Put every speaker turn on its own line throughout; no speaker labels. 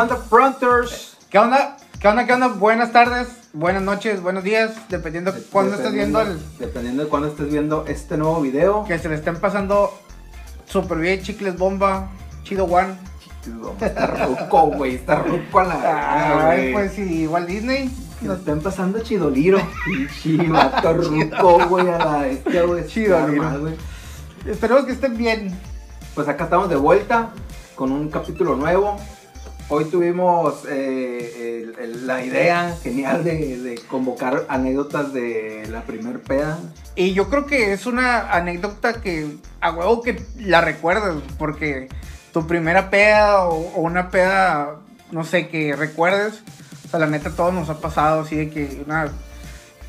onda, Fronters?
¿Qué onda? ¿Qué onda? ¿Qué onda? Buenas tardes, buenas noches, buenos días, dependiendo de cuándo estés viendo el...
Dependiendo de cuándo estés viendo este nuevo video.
Que se le estén pasando súper bien, chicles bomba, chido one.
Chido, Está ruco, güey, está ruco a la... verga,
Ay,
Ah, güey.
pues sí, igual Disney.
Que Nos están pasando chidoliro. Pinche vato ruco, güey, a la bestia, güey.
Chidoliro.
Armas, güey.
Esperemos que estén bien.
Pues acá estamos de vuelta con un capítulo nuevo. Hoy tuvimos eh, el- el- la idea genial de, de convocar anécdotas de la primer peda.
Y yo creo que es una anécdota que a huevo que la recuerdas, porque tu primera peda o, o una peda, no sé, que recuerdes, o sea, la neta todo nos ha pasado, así de que una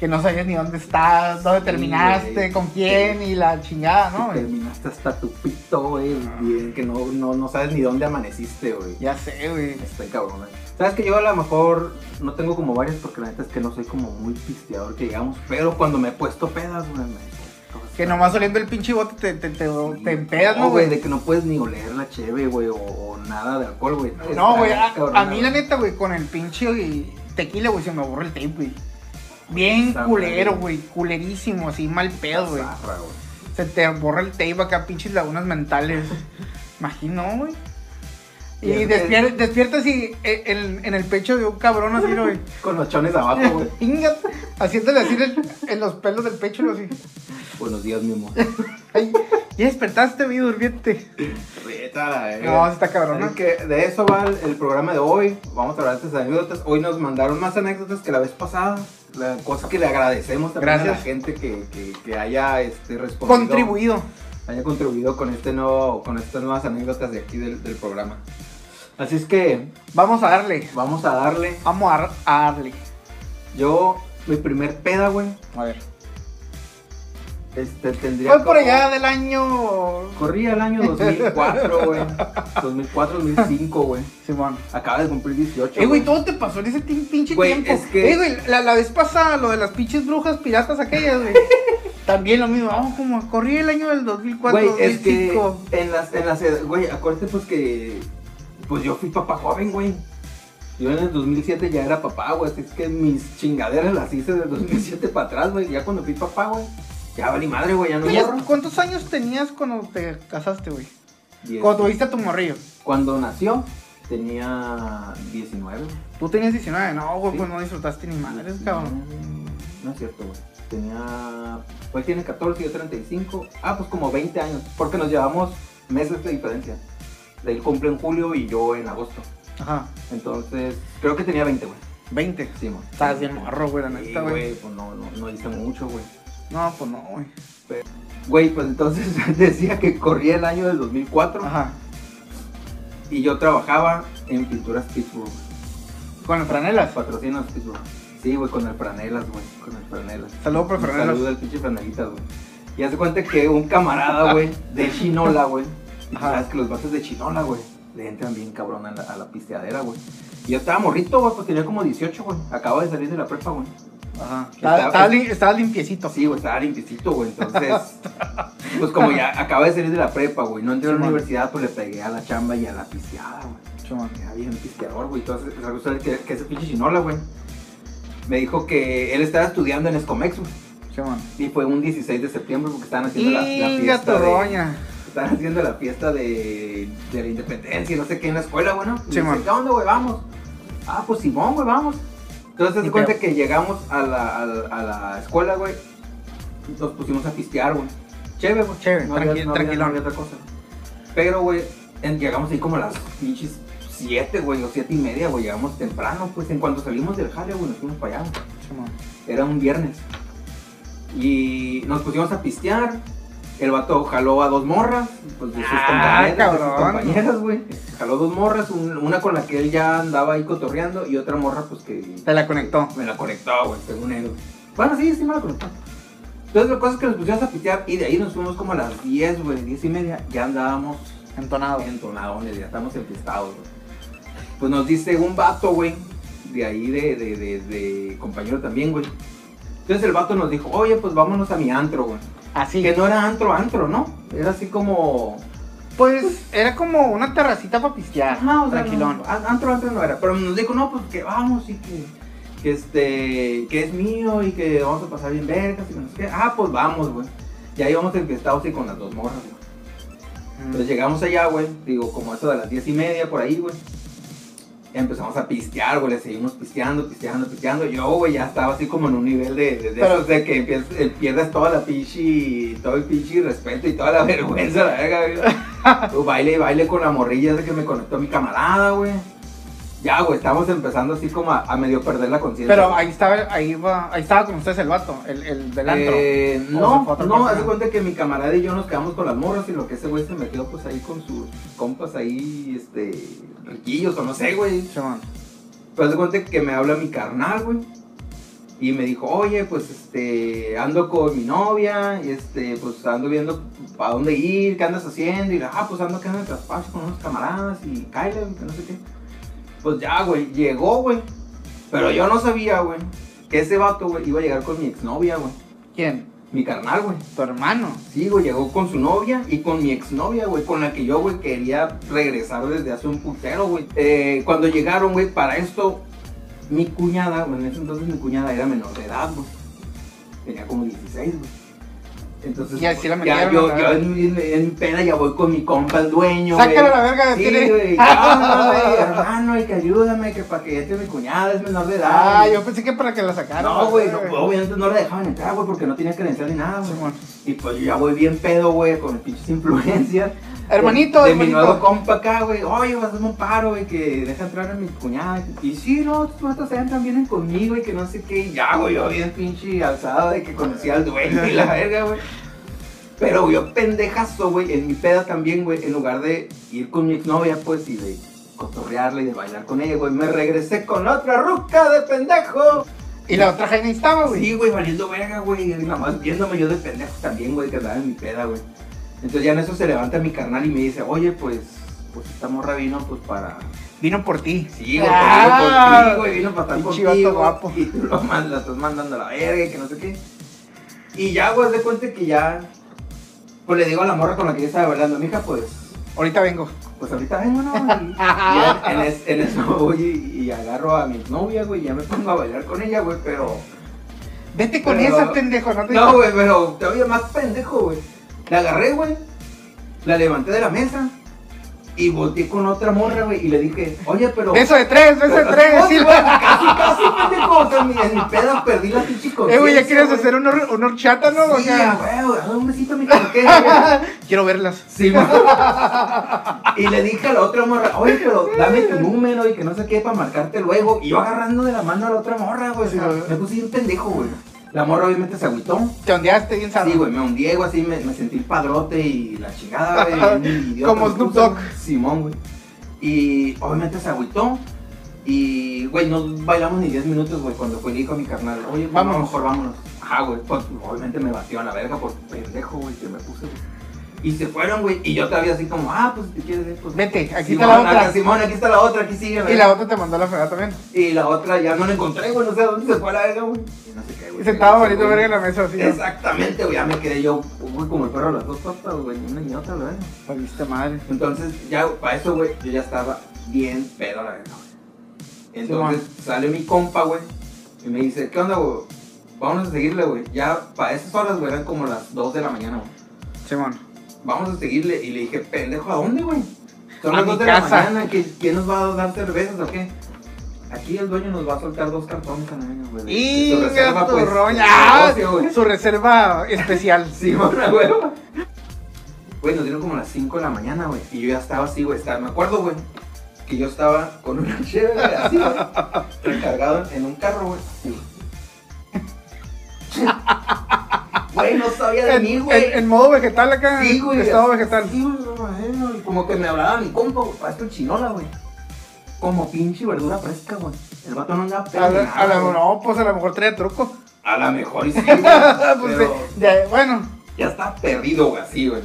que no sabías ni dónde estás, dónde terminaste,
güey.
con quién y la chingada, ¿no?
Que Terminaste hasta tu pito, güey.
Ah.
Bien, que no, no, no sabes ni dónde amaneciste, güey.
Ya sé, güey.
Está cabrón, güey. Sabes que yo a lo mejor no tengo como varias porque la neta es que no soy como muy pisteador que digamos, pero cuando me he puesto pedas, güey, me
Que nomás oliendo el pinche bote te, te, te, te empedas, ¿no,
güey?
güey?
De que no puedes ni oler la cheve, güey, o, o nada de alcohol, güey.
No,
Está
güey, a,
cabrón,
a mí la
güey.
neta, güey, con el pinche güey, tequila, güey, se me borró el tape, güey. Bien
Está
culero,
mal,
güey, culerísimo, así mal pedo, güey.
Zarra, güey.
Se te borra el tape acá, pinches lagunas mentales. Imagino, güey. Y
Y-
despier- despiertas y e- en, en el pecho de un cabrón así, güey.
Con los chones abajo, güey.
Inga, haciéndole así en, el- en los pelos del pecho, lo así.
Buenos días, mi amor.
Ay, ya despertaste, güey, durmiente.
Reta, eh.
No, está cabrón,
Saben
¿no?
que de eso va el, el programa de hoy. Vamos a hablar de estas anécdotas. Hoy nos mandaron más anécdotas que la vez pasada. La cosa que le agradecemos también a la
Gracias.
gente que, que- que haya este, respondido.
Contribuido.
Haya contribuido con, este nuevo, con estas nuevas anécdotas de aquí del, del programa. Así es que
Vamos a darle.
vamos a darle.
Vamos a, dar- a darle.
Yo, mi primer peda, güey.
A ver.
Este, tendría
Fue por
como-
allá del año.
Corría el año 2004, güey. 2004, 2005, güey.
Simón.
Acaba de cumplir 18.
Eh, güey, todo te pasó en ese tin- pinche
Güey,
tiempo.
es que-
Eh, güey, la, la vez pasada, lo de las pinches brujas piratas aquellas, güey. También lo mismo. Vamos, como corrí el año del 2004,
Güey, es que
2005.
en las, en las, ed- güey, acuérdate pues que, pues yo fui papá joven, güey. Yo en el 2007 ya era papá, güey, así es que mis chingaderas las hice del 2007 para atrás, güey, ya cuando fui papá, güey. Ya valí madre, güey, ya no
¿Tú ya-
morro.
¿Cuántos años tenías cuando te casaste, güey?
Diez.
Cuando tuviste a tu morrillo.
Cuando nació, tenía 19.
Tú tenías 19, no, güey,
Sí.
pues no disfrutaste ni madres, cabrón.
No es cierto, güey. Tenía, pues tiene 14, yo 35. Ah, pues como 20 años, porque nos llevamos meses de diferencia. De él cumple en julio y yo en agosto.
Ajá,
Entonces, creo que tenía 20, güey.
20.
Sí, güey.
Estabas bien morro, güey, la
Sí,
neta, güey.
güey, pues no, no, no hice mucho, güey.
No, pues no, güey.
Güey, pues entonces decía que corría el año del 2004
Ajá.
y yo trabajaba en Pinturas Pittsburgh.
Con las franelas.
Patrocinas Pittsburgh. Sí, güey, con el Franelas, güey. Con el Franelas.
Saludos por
Un
franelas.
Saludo al pinche franelita, güey. Y hace cuenta que un camarada, güey, de Chinola, güey. Y tú
Ajá.
sabes que los vatos de Chinola, güey, le entran bien cabrón a la, a la pisteadera, güey. Y yo estaba morrito, güey, pues tenía como 18, güey. Acababa de salir de la prepa, güey.
Ajá.
Estaba-
Estaba li- estaba limpiecito.
Sí, güey, estaba limpiecito, güey. Entonces, pues como ya acababa de salir de la prepa, güey, no entré a la
Simón.
universidad, pues le pegué a la chamba y a la pisteada, güey. Era bien pisteador, güey. Entonces, pues, algo sabe que, que ese pinche chinola, güey. Me dijo que él estaba estudiando en Escomex, güey.
Simón.
Y fue un 16 de septiembre porque estaban haciendo la, la
Inga tu
fiesta. De,
roña.
estaban haciendo la fiesta de, de la independencia y no sé qué en la escuela, güey, ¿no? Y
Simón.
dice, ¿Qué onda, güey? Vamos. Ah, pues Simón, güey, vamos. Entonces,
Ni
se cuenta
pedo.
que llegamos a la, a, la- a la escuela, güey. Nos pusimos a pistear, güey. Chévere, güey.
Chévere,
había-
tranqui-
había-
tranquilón.
había otra cosa. Pero, güey, en- llegamos ahí como a las pinches 7, güey, o 7 y media, güey. Llegamos temprano, pues en cuanto salimos del jale, güey, nos fuimos para allá. güey.
Simón.
Era un viernes. Y nos pusimos a pistear. El vato jaló a dos morras, pues de sus
Ah,
compañeras, de sus
cabrón.
compañeras, güey. Jaló dos morras, un- una con la que él ya andaba ahí cotorreando y otra morra, pues que.
Te la conectó.
Me la conectó, güey, según él. güey. Bueno, sí, sí me la conectó. Entonces, la cosa es que nos pusimos a pistear y de ahí nos fuimos como a las 10, güey, 10 y media. Ya andábamos
Entonado.
entonadones, ya estamos enfiestados, güey. Pues nos dice un vato, güey, de ahí, de, de, de, de compañero también, güey. Entonces el vato nos dijo, oye, pues vámonos a mi antro, güey.
Así.
Que no era antro, antro, ¿no? Era así como...
Pues era como una terracita para pistear.
Ajá, o sea,
tranquilón.
no, an- antro, antro no era. Pero nos dijo, no, pues que vamos y que, que este, que es mío y que vamos a pasar bien vergas y que no sé qué. Ah, pues vamos, güey. Y ahí vamos enfiestados y con las dos morras, güey. Entonces llegamos allá, güey, digo, como eso de las diez y media por ahí, güey. Empezamos a pistear, güey, le seguimos pisteando, pisteando, pisteando. Yo, güey, ya estaba así como en un nivel de, de, de
Pero-
esos de que empiezas- eh, pierdes toda la pinche, todo el pinche respeto y toda la vergüenza, la verga, güey. Yo baile y baile con la morrilla de que me conectó mi camarada, güey. Ya, güey, estamos empezando así como a, a medio perder la conciencia.
Pero
güey.
ahí estaba, ahí va, ahí estaba con ustedes el vato, el, el del antro.
Eh,
¿O se
no,
fue a otra
no,
parte?
hace cuenta que mi camarada y yo nos quedamos con las morras y lo que ese güey se metió pues ahí con sus compas ahí, este, riquillos o no sé, güey.
Simón.
Pero hace cuenta que me habla mi carnal, güey. Y me dijo, oye, pues este, ando con mi novia, y este, pues ando viendo para dónde ir, qué andas haciendo, y la, ah, pues ando acá en el traspaso con unos camaradas, y cállate, que no sé qué. Pues ya, güey, llegó, güey. Pero yo no sabía, güey, que ese vato, güey, iba a llegar con mi exnovia, güey.
¿Quién?
Mi carnal, güey.
Tu hermano.
Sí, güey, llegó con su novia y con mi exnovia, güey, con la que yo, güey, quería regresar desde hace un putero, güey. Eh, cuando llegaron, güey, para esto, mi cuñada, güey, en ese entonces mi cuñada era menor de edad, güey. Tenía como 16, güey. Entonces,
Y así la
ya
metieron,
yo,
¿verdad?
yo en, en- en peda ya voy con mi compa el dueño, güey.
Sácalo a la verga de
Sí,
Tere.
güey, ya, güey, hermano, y que ayúdame, que para que ya esté mi cuñada es menor de edad.
Ah,
güey.
yo pensé que para que la sacaran.
No, güey, no, obviamente no la dejaban entrar, güey, porque no tenía credencial ni nada, güey.
Simón.
Y pues yo ya voy bien pedo, güey, con pinches influencias.
Hermanito,
de, de mi nuevo
hermanito.
compa acá, güey. Oye, vas a hacer un paro, güey, que deja entrar a mi cuñada. Y sí, no, tus matas entran, vienen conmigo y que no sé qué. Y ya, güey, yo bien pinche alzado de que conocía al dueño y la verga, güey. Pero güey, yo pendejazo, güey, en mi peda también, güey, en lugar de ir con mi exnovia, pues, y de cotorrearla y de bailar con ella, güey, me regresé con otra ruca de pendejo.
Y la otra Jaina estaba, güey.
Sí, güey, valiendo verga, güey. Nada más viéndome yo de pendejo también, güey, que andaba en mi peda, güey. Entonces ya en eso se levanta mi carnal y me dice, oye, pues, pues esta morra vino pues para.
Vino por ti.
Sí, güey,
Ah,
vino contigo, güey, vino para estar
pinche
contigo.
vato guapo.
Y tú lo man- la estás mandando a la verga y que no sé qué. Y ya, güey, haz de cuenta que ya. Pues le digo a la morra con la que yo estaba hablando, mija, pues
Ahorita vengo.
pues ahorita vengo, ¿no? Y, y ya en, es- en eso voy y, y agarro a mi novia, güey, y ya me pongo a bailar con ella, güey, pero.
Vete con
Pero-
esa, pendejo. No, te
No, güey, pero todavía más pendejo, güey. La agarré, güey. La levanté de la mesa. Y volteé con otra morra, güey. Y le dije, oye, pero.
Beso de tres, beso de tres.
No, sí,
sí.
güey, casi, casi, pendejo. O sea, en mi- en mi peda perdí la pinche
Eh, güey, ya
conciencia,
quieres
güey.
hacer una, hor- una horchata, ¿no? O
Sí,
sea,
güey, güey, dame un besito a mi cartera, güey.
Quiero verlas.
Sí, güey. Y le dije a la otra morra, oye, pero dame tu número y que no sé qué para marcarte luego. Y yo agarrando de la mano a la otra morra, güey. o sea,
Sí, güey.
me puse bien pendejo, güey. La morra obviamente se agüitó.
Te ondeaste bien
Sí,
sano.
güey, me hundí, güey, así me, me sentí el padrote y la chingada, güey. bien idiota
Como
me
Snoop
puse,
Dogg.
Simón, güey. Y obviamente se agüitó. Y, güey, no bailamos ni 10 minutos, güey, cuando fue el hijo mi carnal. Oye, pues,
Vámonos.
no, mejor vámonos. Ajá, güey, pues obviamente me batió a la verga por pendejo, güey, que me puse, güey. Y se fueron, güey, y yo todavía así como, ah, pues si te quieres ir, pues
Vete, aquí está
Simón,
la
acá,
otra.
Simón, aquí está la otra, aquí sigue,
Y
güey.
la otra te mandó a la fregada también.
Y la otra ya no la encontré, güey, no sé a dónde se fue la verga, güey. Y no sé qué,
Y
güey.
sentado
Regresé,
bonito
güey.
verga en la mesa así. ¿no?
Exactamente, güey, ya me quedé yo güey, como el perro de las dos patas, güey, ni una ni otra, güey.
Valiste madre.
Entonces, ya para eso, güey, yo ya estaba bien pedo, la verdad, güey. Entonces, sale mi compa, güey, y me dice, ¿qué onda, güey? Vamos a seguirle, güey. Ya para esas horas, güey, eran como las 2 de la mañana, güey.
Simón.
Vamos a seguirle. Y le dije, pendejo, ¿a dónde, güey? Son
A
las
mi
2 de
casa.
la mañana, ¿qui- ¿quién nos va a dar cervezas o qué? Aquí el dueño nos va a soltar dos cartones a la verga, güey. de- de
Y
su reserva,
tu
pues,
roña.
de
Ah,
negocio, güey.
Su reserva especial.
Sí, una hueva. Güey, nos dieron como las 5 de la mañana, güey. Y yo ya estaba así, güey. estaba- Me acuerdo, güey, que yo estaba con una chévere, güey, así, güey. Recargado en un carro, güey. así, güey. Güey, no sabía de
En,
mí, güey.
en- en modo vegetal acá.
Sí, güey.
Estado vegetal.
Sí, güey, no, no, no. Como que me hablaba mi compa, güey. Para esto chinola, güey. Como pinche verdura fresca, güey. El vato no andaba
A la, a la-
güey.
no, pues a lo mejor trae truco.
A la mejor y sí, güey,
Pues,
pero-
de- de- bueno,
Ya está perdido, güey, así, güey.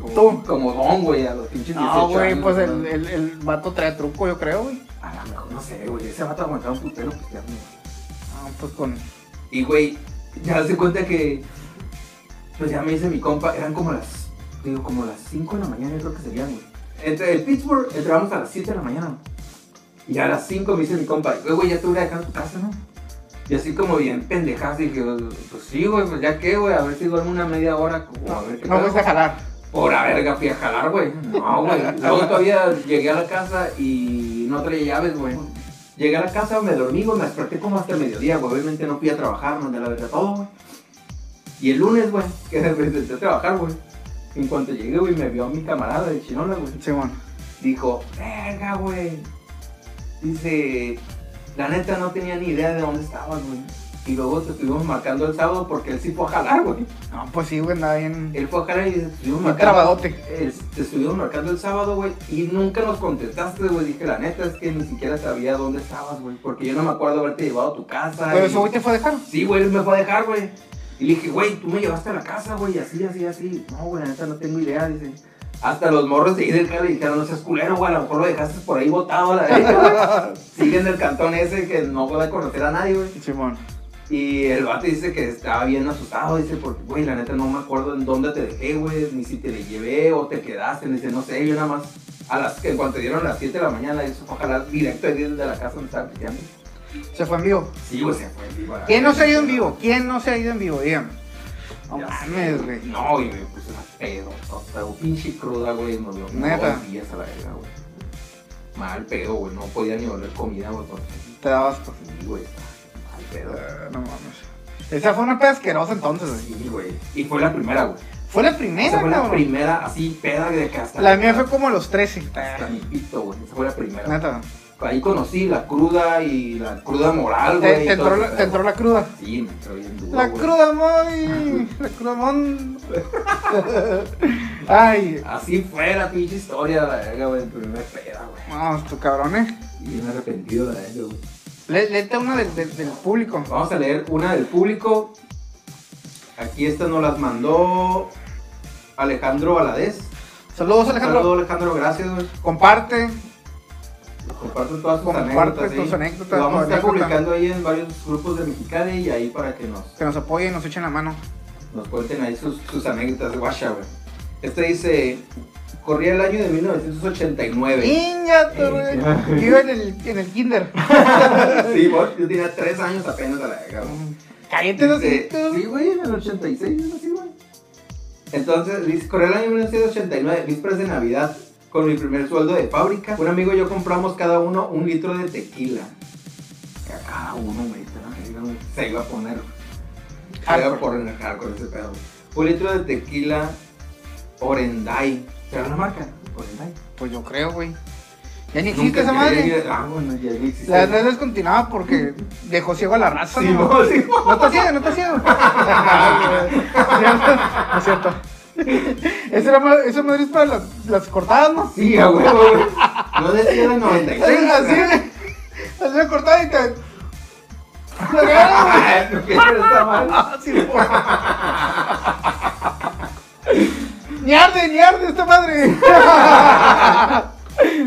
Como,
Tú.
Como don, güey, a los pinches 18
no, güey,
años,
pues
güey.
el, el, el vato trae truco, yo creo, güey.
A lo mejor, no sé, güey, ese vato aguantaba un putero pues, pisteando. güey.
Ah, pues con.
Y, güey, ya se cuenta que... Pues ya me dice mi compa, eran como las digo, como las 5 de la mañana, yo creo que serían, güey. Entre el Pittsburgh, entramos a las 7 de la mañana. Y a las 5 me dice mi compa, "Oye, güey, ya te voy a dejar en tu casa, ¿no? Y así como bien pendejas, dije, pues sí, güey, pues ya qué, güey, a ver si duermo una media hora, como a ver qué
No pues,
pedo".
fuiste a jalar.
Por la verga fui a jalar, güey. No, güey. Luego todavía llegué a la casa y no traía llaves, güey. Llegué a la casa, me dormí, güey, me desperté como hasta el mediodía, güey. Obviamente no fui a trabajar, mandé la verga todo, güey. Y el lunes, güey, que me presenté a trabajar, güey. En cuanto llegué, güey, me vio mi camarada de Chinola, güey.
Simón.
Dijo, verga, güey. Dice, la neta no tenía ni idea de dónde estabas, güey. Y luego te estuvimos marcando el sábado porque él sí fue a jalar, güey.
No, pues sí, güey, andaba bien.
Él fue a jalar y estuvimos
Un
marcando.
trabadote.
Eh, te estuvimos marcando el sábado, güey, y nunca nos contestaste, güey. Dije, la neta, es que ni siquiera sabía dónde estabas, güey, porque yo no me acuerdo haberte llevado a tu casa.
Pero
y-
eso, güey, te fue a dejar.
Sí, güey, él me fue a dejar, güey. Y le dije, güey, tú me llevaste a la casa, güey, así, así, así. No, güey, la neta, no tengo idea, dice. Hasta los morros de ahí del carro le dijeron, no seas culero, güey, a lo mejor lo dejaste por ahí botado a la derecha, güey. Siguen el cantón ese que no puede conocer a nadie, güey.
Simón.
Y el vato dice que estaba bien asustado, dice, porque, güey, la neta no me acuerdo en dónde te dejé, güey, ni si te le llevé o te quedaste, dice, no sé, yo nada más, a las, en cuanto dieron las 7 de la mañana, eso fue ojalá directo ahí desde la casa donde estaba piteando.
Se fue en vivo.
Sí, güey, se fue en vivo. la
¿Quién no se ha ido en
neta.
vivo? ¿Quién no se ha ido en vivo? Dígame. No
Ya sé,
mames, güey.
No, y me puse una pedo, tota, un pinche cruda, güey, nos dio como
Neta.
dos días a la verga, güey. Mal pedo, güey, no podía ni volver comida, güey, porque
Te dabas por.
sí, güey, estaba mal pedo.
Eh, No mames. Esa fue una peda asquerosa entonces, güey.
Sí, güey, y fue la primera, güey.
Fue la primera,
Esa fue la
cabrón.
primera así peda de que hasta
La mía fue como a los 13.
hasta mi pito, güey. Esa fue la primera.
Neta.
Ahí conocí la cruda y la cruda moral,
Te,
güey. y
te
todo
entró la,
ese
te
pedo.
entró la cruda.
Sí, me entró bien duro.
La
güey.
cruda, muy. La cruda, mon. Ay.
Así fue la pinche historia, la verga, güey, primera peda, güey.
Vamos, tu cabrón, eh.
Y bien arrepentido, la verga, güey.
Lé- Léete una del, del- del público.
Vamos a leer una del público. Aquí esta nos las mandó Alejandro Valadez.
Saludos, Alejandro.
Saludos, Alejandro, gracias, güey.
Comparte.
Comparto todas tus
Comparte
anécdotas.
tus
ahí.
anécdotas,
Lo vamos a
tu
estar
anécdota.
publicando ahí en varios grupos de Mexicali y ahí para que nos,
Que nos apoyen, nos echen la mano.
nos cuenten ahí sus, sus anécdotas de Guasha, güey. Este dice, corría el año de 1989.
Íñate,
Eh,
güey. Yo en el, en el kinder.
sí, güey, yo tenía tres años apenas a la verga, güey.
Cállate los
Dice,
dientes.
Sí, güey, en el 86, es así, güey. Entonces, dice, corrió el año 1989, vísperas de Navidad, con mi primer sueldo de fábrica. Un amigo y yo compramos cada uno un litro de tequila. Cada uno, güey, te la verga, güey. se iba a poner. Se iba a
Hardcore.
poner hardcore ese pedo. Un litro de tequila Orenday. ¿Será la marca? Orenday.
Pues yo creo, güey. Ya ni
Nunca
existe esa
llegué-
madre.
Ah, bueno, ya ni existe.
La verdad es continuaba porque dejó ciego a la raza,
Sí,
¿no?
mo- sí, mo-
No está ciego, no está ciego. no es cierto. Esa, era ma- esa madre es para las, las cortadas, ¿no?
Sí, a huevo, güey. No decía de 96.
Así,
¿verdad?
güey. así una cortada y te. La cara, güey.
¿Qué está mal?
Ah, sí, güey. Ni arde, ni arde esta madre.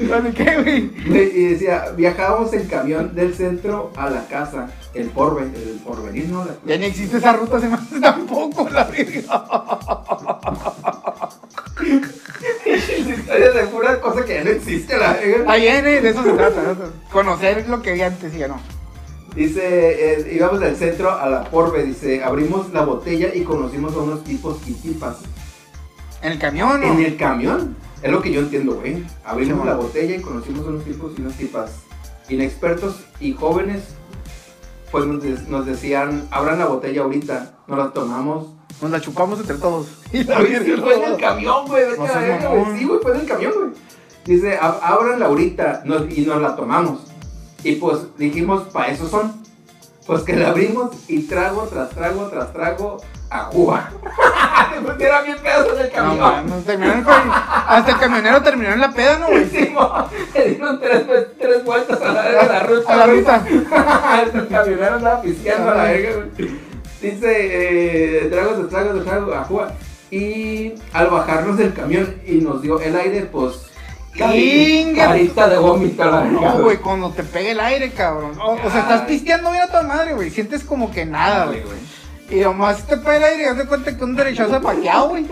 ¿Dónde qué, güey?
Güey, Y decía, viajábamos en camión del centro a la casa. El porbe, el porvenir, La...
Ya ni existe esa ruta, se me hace tampoco la verga.
historia de pura cosa que ya no existe, la verga.
Ahí viene, de eso se trata. de eso. Conocer lo que vi antes y ya no.
Dice, eh, íbamos del centro a la porbe, dice, abrimos la botella y conocimos a unos tipos y tipas.
En el camión, ¿no?
En el camión, es lo que yo entiendo, güey. Abrimos
Sí,
la
bueno.
botella y conocimos a unos tipos y unas tipas inexpertos y jóvenes. Pues nos, de- nos decían, abran la botella ahorita, nos la tomamos.
Nos la chupamos entre todos. Y la
Güey, sí,
verga,
fue en el camión, güey. vete
No
a la
seas
verga,
mamón.
güey. Sí, güey, fue en el camión, güey. Dice, "Ab- ábranla ahorita nos- y nos la tomamos. Y pues dijimos, para eso son. Pues que la abrimos y trago tras trago tras trago a Cuba. Porque era bien pedazo en el
No,
camión.
man, nos terminaron con- Hasta el camionero terminó en la peda, ¿no, güey?
Buenísimo. Le dieron tres, tres vueltas a la, a la ruta.
A la
güey.
ruta.
el camionero andaba pisqueando a la verga, güey. Dice, eh, tragos de tragos de tragos a Cuba. Y al bajarnos del camión y nos dio el aire, pues. cari-
Inga.
Carita de vómito a la verga,
No, güey, cuando te pega el aire, cabrón. O, o sea, estás pisteando bien a tu madre, güey. Sientes como que nada, güey. Y nomás te pega el aire y haz de cuenta que un derechazo apaqueado, güey.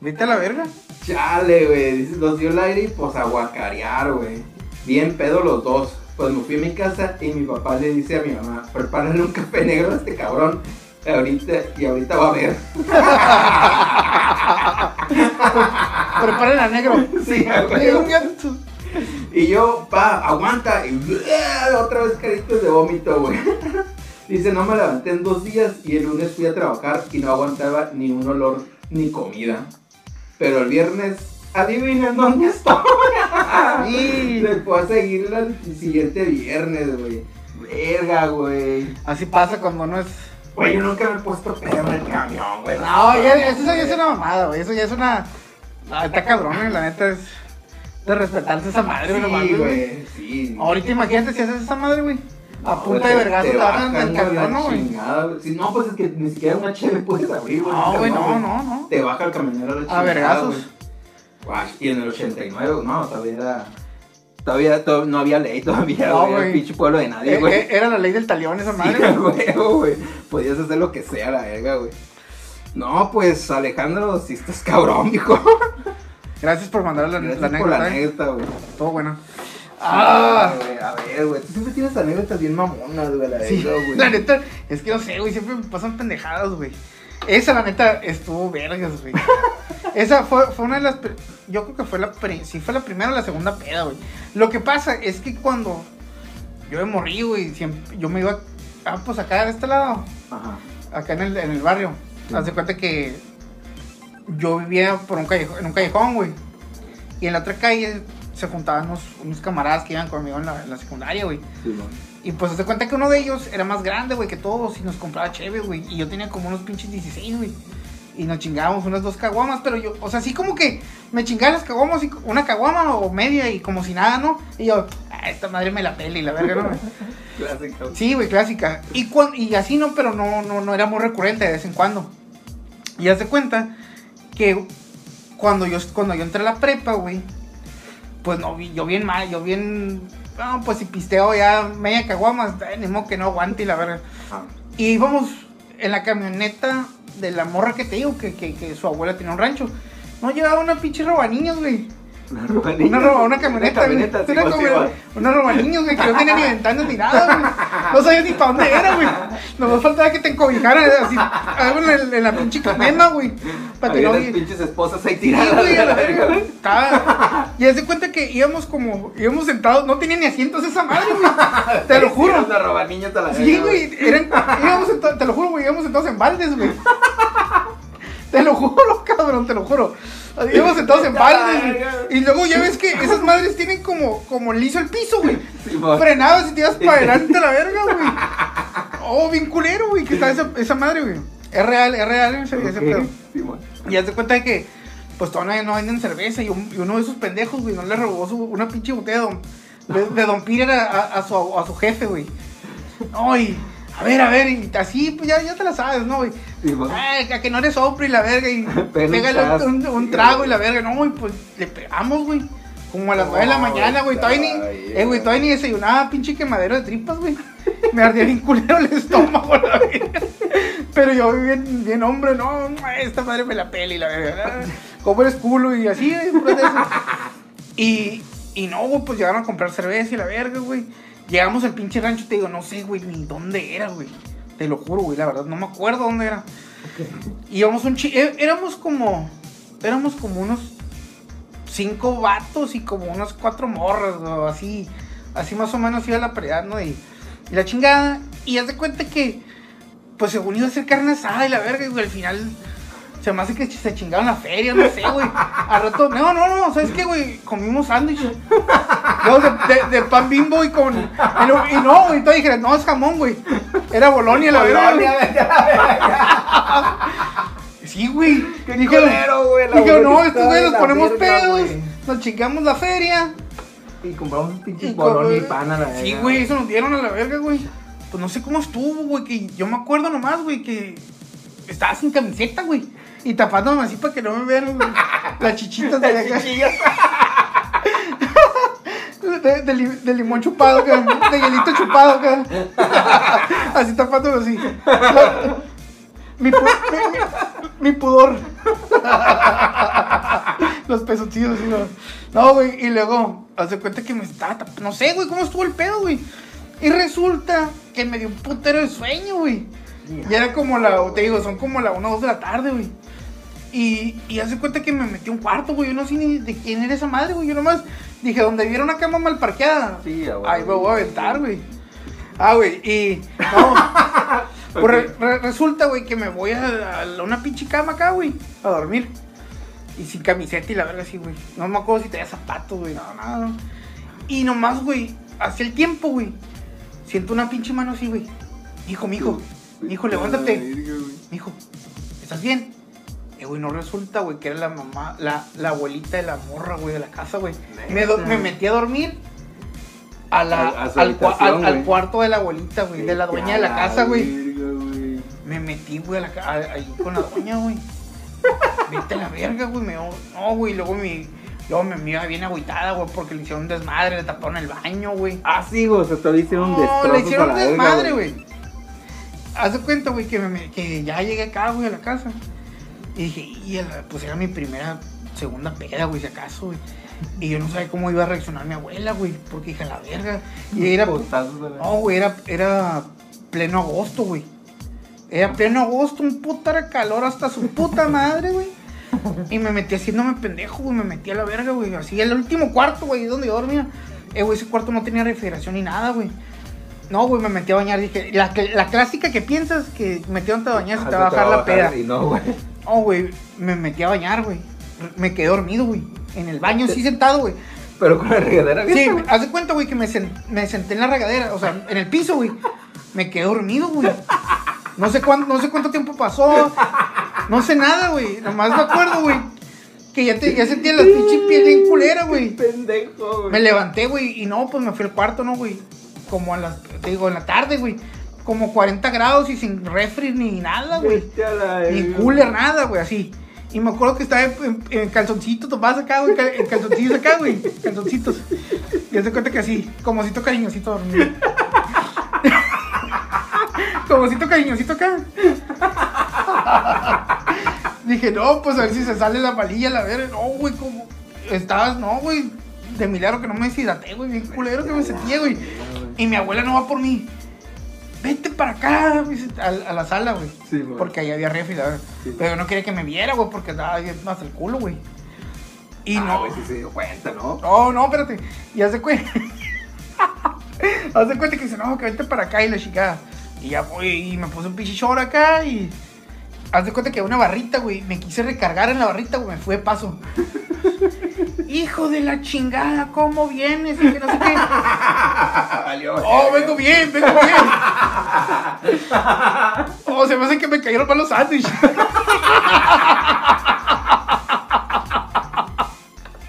Vete a la verga.
Chale, güey. dice, Nos dio el aire y pues a guacarear, güey. Bien pedo los dos. Pues me fui a mi casa y mi papá le dice a mi mamá, prepárale un café negro a este cabrón. Ahorita, y ahorita va a ver.
Preparen a negro.
Sí, a huevo. Y yo, pa, aguanta. Y ¡bua! otra vez caritos de vómito, güey. Dice, no me levanté en dos días y el lunes fui a trabajar y no aguantaba ni un olor ni comida. Pero el viernes, adivinen dónde estaba.
Sí.
Le fue a seguirla el siguiente viernes, güey. Verga, güey.
Así pasa cuando no es.
Güey, yo nunca me he puesto pedo en el camión, güey.
No, ya, eso ya es una mamada, güey. Eso ya es una. Ah, Está cabrón, güey, la neta es. De respetarse esa madre, güey, no
Sí,
mames, güey.
güey. Sí.
Ahorita imagínate si haces esa madre, güey. A punta de
Te-
vergazo
te
te
bajan
bajan
de
del
la
camión, ¿no, güey.
chingada, güey. Si no, pues es que ni siquiera una cheve puedes abrir, güey.
No, güey, no,
Cabrón,
no, no.
Te baja el camionero a la chingada,
A vergazos.
güey. Guay, y en el 89, no, todavía era... Todavía to- no había ley, todavía,
No,
güey. era
güey.
el pinche pueblo de
Eh,
nadie, güey.
eh, Era la ley del talión esa
Sí,
madre, güey.
güey, güey. Podías hacer lo que sea, la verga, güey. No, pues, Alejandro, si estás cabrón, viejo.
Gracias por mandar la, la
Gracias por la
anécdota. eh.
anécdota, güey.
Todo bueno.
Ah,
Ah,
güey, a ver, güey. Tú siempre tienes anécdotas bien mamonas, güey, la
sí,
verga, güey.
la neta, es que no sé, güey, siempre me pasan pendejadas, güey. Esa, la neta, estuvo vergas, güey. Esa fue, fue una de las, pri- yo creo que fue la, pri- sí fue la primera o la segunda peda, güey. Lo que pasa es que cuando yo me morí, güey, siempre, yo me iba, ah, pues acá de este lado,
Ajá.
acá en el, en el barrio.
Sí.
Haz de cuenta que yo vivía por un callejo- en un callejón, güey. Y en la otra calle se juntaban unos, unos camaradas que iban conmigo en la, en la secundaria, güey.
Sí, güey.
Y pues haz de cuenta que uno de ellos era más grande, güey, que todos y nos compraba chévere, güey. Y yo tenía como unos pinches 16, güey. Y nos chingábamos unas dos caguamas, pero yo, o sea, así como que me chingaba las caguamas, y una caguama o media y como si nada, ¿no? Y yo, "Ah, esta madre me la pela y la verga, ¿no?
Clásica, güey.
Sí, güey, clásica. Y, cuan- y así no, pero no, no, no era muy recurrente de vez en cuando. Y haz de cuenta que cuando yo, cuando yo entré a la prepa, güey, pues no, vi- yo bien mal, yo bien. No, pues si pisteo ya media caguamas, ay, ni modo que no aguante y la verga.
Ajá.
Y íbamos en la camioneta de la morra que te digo, que, que, que su abuela tenía un rancho. No llevaba una pinche robaniñas, güey.
Una roba
Una, roba, una camioneta, güey.
camioneta, sí,
Una,
pues, sí,
camioneta,
güey.
una roba niños, güey, que no tenía ni ventanas ni nada, güey. No sabía ni para dónde era, güey. Nomás faltaba que te encobijaran eh, así, algo en, el- en la pinche crema, güey. Para que
Había
no
las
vi-
pinches esposas ahí
Sí,
tiradas.
güey, a la verga,
güey.
güey. Estaba- Y haz de cuenta que íbamos como, íbamos sentados, no tenía ni asientos esa madre, güey. Te lo juro.
Una roba niños a la
Sí,
verga,
güey, eran, íbamos sentados, te lo juro, güey, íbamos sentados en baldes, güey. Te lo juro, cabrón, te lo juro. Íbamos sentados en baldes, güey. Y luego ya ves que esas madres tienen como, como liso el piso, güey.
Sí, mo-
Frenados y te ibas para adelante a la verga, güey. Oh, bien culero, güey, que está esa, esa madre, güey. Es real, es real, en serio, ese
Ok,
pedo.
sí, mo-
Y haz de cuenta de que, pues todavía no venden cerveza. Y, un- y uno de esos pendejos, güey, no le robó su- una pinche botella de Don, de, de don Peter a, a- a su, a su jefe, güey. Ay, a ver, a ver, y así, pues ya, ya te la sabes, ¿no, güey?
sí, mo-
Ay, a que no eres soplo y la verga, y
Pero estás-
pégale un, un trago y la verga. No, y pues le pegamos, güey. Como a las
No,
9 de la mañana, güey. Todavía ni,
ay,
eh, güey, todavía ni desayunaba, pinche quemadero de tripas, güey. Me ardía bien culero el estómago, la verga. Pero yo bien, bien hombre, no, esta madre me la peli, la verga. Como eres culo y así, güey, puras de esas. Y, y no, güey, pues llegaron a comprar cerveza y la verga, güey. Llegamos al pinche rancho y te digo, no sé, güey, ni dónde era, güey. Te lo juro, güey, la verdad, no me acuerdo dónde era. Y íbamos un chi... é- Éramos como... Éramos como unos cinco vatos y como unos cuatro morras, o así. Así más o menos iba la pelea, ¿no? Y, y la chingada. Y haz de cuenta que... Pues según iba a ser carne asada y la verga, y güey, al final... Se me hace que ch- se chingaron la feria, no sé, güey. Al rato, no, no, no, ¿sabes qué, güey? Comimos sándwich. Luego de, de- de pan bimbo y con. Y no, y no, güey, entonces dije, no, es jamón, güey. Era Bolonia, la verga. güey. Sí, güey.
Qué
Dije,
culero, güey, la
dije, no,
abuelita
estos güey
de
nos
la
ponemos
verga,
pedos,
güey.
nos chingamos la feria.
Y compramos pinches
Y
bolón y
co- eh,
pan a la
Sí,
verga,
güey, eso nos dieron a la verga, güey. Pues no sé cómo estuvo, güey, que yo me acuerdo nomás, güey, que estaba sin camiseta, güey. Y tapándome así para que no me vean güey, las chichitas de acá. De, de li- de limón chupado, acá, de hielito chupado, acá. así tapándolo así. Mi, pu- mi- mi- mi pudor. Los pesotillos, y lo- No, güey, y luego, hace cuenta que me estaba tap- No sé, güey, cómo estuvo el pedo, güey. Y resulta que me dio un putero de sueño, güey. Y era como la, te digo, son como la 1 o 2 de la tarde, güey. Y, y hace cuenta que me metí a un cuarto, güey. Yo no sé ni de quién era esa madre, güey. Yo nomás dije, donde viera una cama mal parqueada,
Sí, a huevo.
ahí me voy a aventar, güey. Ah, güey, y. No. Pues re- re- resulta, güey, que me voy a, a una pinche cama acá, güey, a dormir. Y sin camiseta y la verga así, güey. No me acuerdo si tenía zapatos, güey, no, nada. no. Y nomás, güey, hace el tiempo, güey. Siento una pinche mano así, güey. Hijo, mijo, hijo, levántate. Mijo, ¿estás bien? Eh, güey, no resulta, güey, que era la mamá, la, la abuelita de la morra, güey, de la casa, güey. Me, do-
Neta.
me metí a dormir a la,
A- a su
al, cua-
habitación,
al- al
güey.
cuarto de la abuelita, güey, de la dueña de la casa, güey.
verga, güey.
Me metí, güey, a la ca- a- ahí con la doña, güey. Vete a la verga, güey. Me dio- no, güey, luego mi, luego mi amiga bien agüitada, güey, porque le hicieron un desmadre, le taparon el baño, güey.
Ah, sí, güey, o sea, todavía hicieron un
No,
destrozo.
le hicieron
a la verga,
desmadre, güey. Haz de cuenta, güey, que, me- que ya llegué acá, güey, a la casa. Y dije, y a la- pues era mi primera, segunda peda, güey, si acaso, güey. Y yo no sabía cómo iba a reaccionar mi abuela, güey, porque dije, a la verga. Y era,
Putazos a la-
no, güey, era, era pleno agosto, güey. Era pleno agosto, un puta de calor hasta su puta madre, güey. Y me metí haciéndome pendejo, güey. Me metí a la verga, güey. Así, el último cuarto, güey, donde yo dormía. Eh, güey, ese cuarto no tenía refrigeración ni nada, güey. No, güey, me metí a bañar. Dije, la, cl- la clásica que piensas que metiéndote a bañar se
Ah,
te va a bajar la peda.
Y no, güey.
No, güey, me metí a bañar, güey. Me quedé dormido, güey. En el baño, así sentado, güey.
Pero con la regadera
Sí,
abierta, güey.
haz de cuenta, güey, que me, sen- me senté en la regadera, o sea, en el piso, güey. Me quedé dormido, güey. No sé, cuán- no sé cuánto tiempo pasó. No sé nada, güey. Nomás me acuerdo, güey. Que ya, te- ya sentía la pinche piel bien culera, güey.
Pendejo, güey.
Me levanté, güey, y no, pues me fui al cuarto, ¿no, güey? Como a las, te digo, en la tarde, güey. Como 40 grados y sin refri ni nada, güey.
Vete a la
Ni
verga.
cooler, nada, güey, así. Y me acuerdo que estaba en, en- en calzoncito, tomás acá, güey, cal- en calzoncillos acá, güey, calzoncitos. Y haz de cuenta que así, como si toca cariñosito dormido. como si toca cariñosito acá. Dije, no, pues a ver si se sale la palilla, la verga. No, güey, como estabas, no, güey, de milagro que no me deshidraté, güey, bien culero que
Ah,
me sentía, güey. Y mi abuela no va por mí. Vete para acá, me dice, a, a la sala, güey.
Sí, güey.
Porque ahí había refri, la verdad.
Sí.
Pero yo no quería que me viera, güey, porque estaba bien hasta el culo, güey. Y
Ah,
no,
güey, sí se dio cuenta, ¿no?
no, no, espérate. Y hace cuenta. hace cuenta que dice, no, que vente para acá y la chica. Y ya voy, y me puse un pinche short acá y. Haz de cuenta que una barrita, güey. Me quise recargar en la barrita, güey. Me fui de paso. Hijo de la chingada, ¿cómo vienes? Y que no sé qué.
Ah, Valió,
Oh,
güey.
vengo bien, vengo bien. Oh, se me hace que me cayeron malos sándwiches.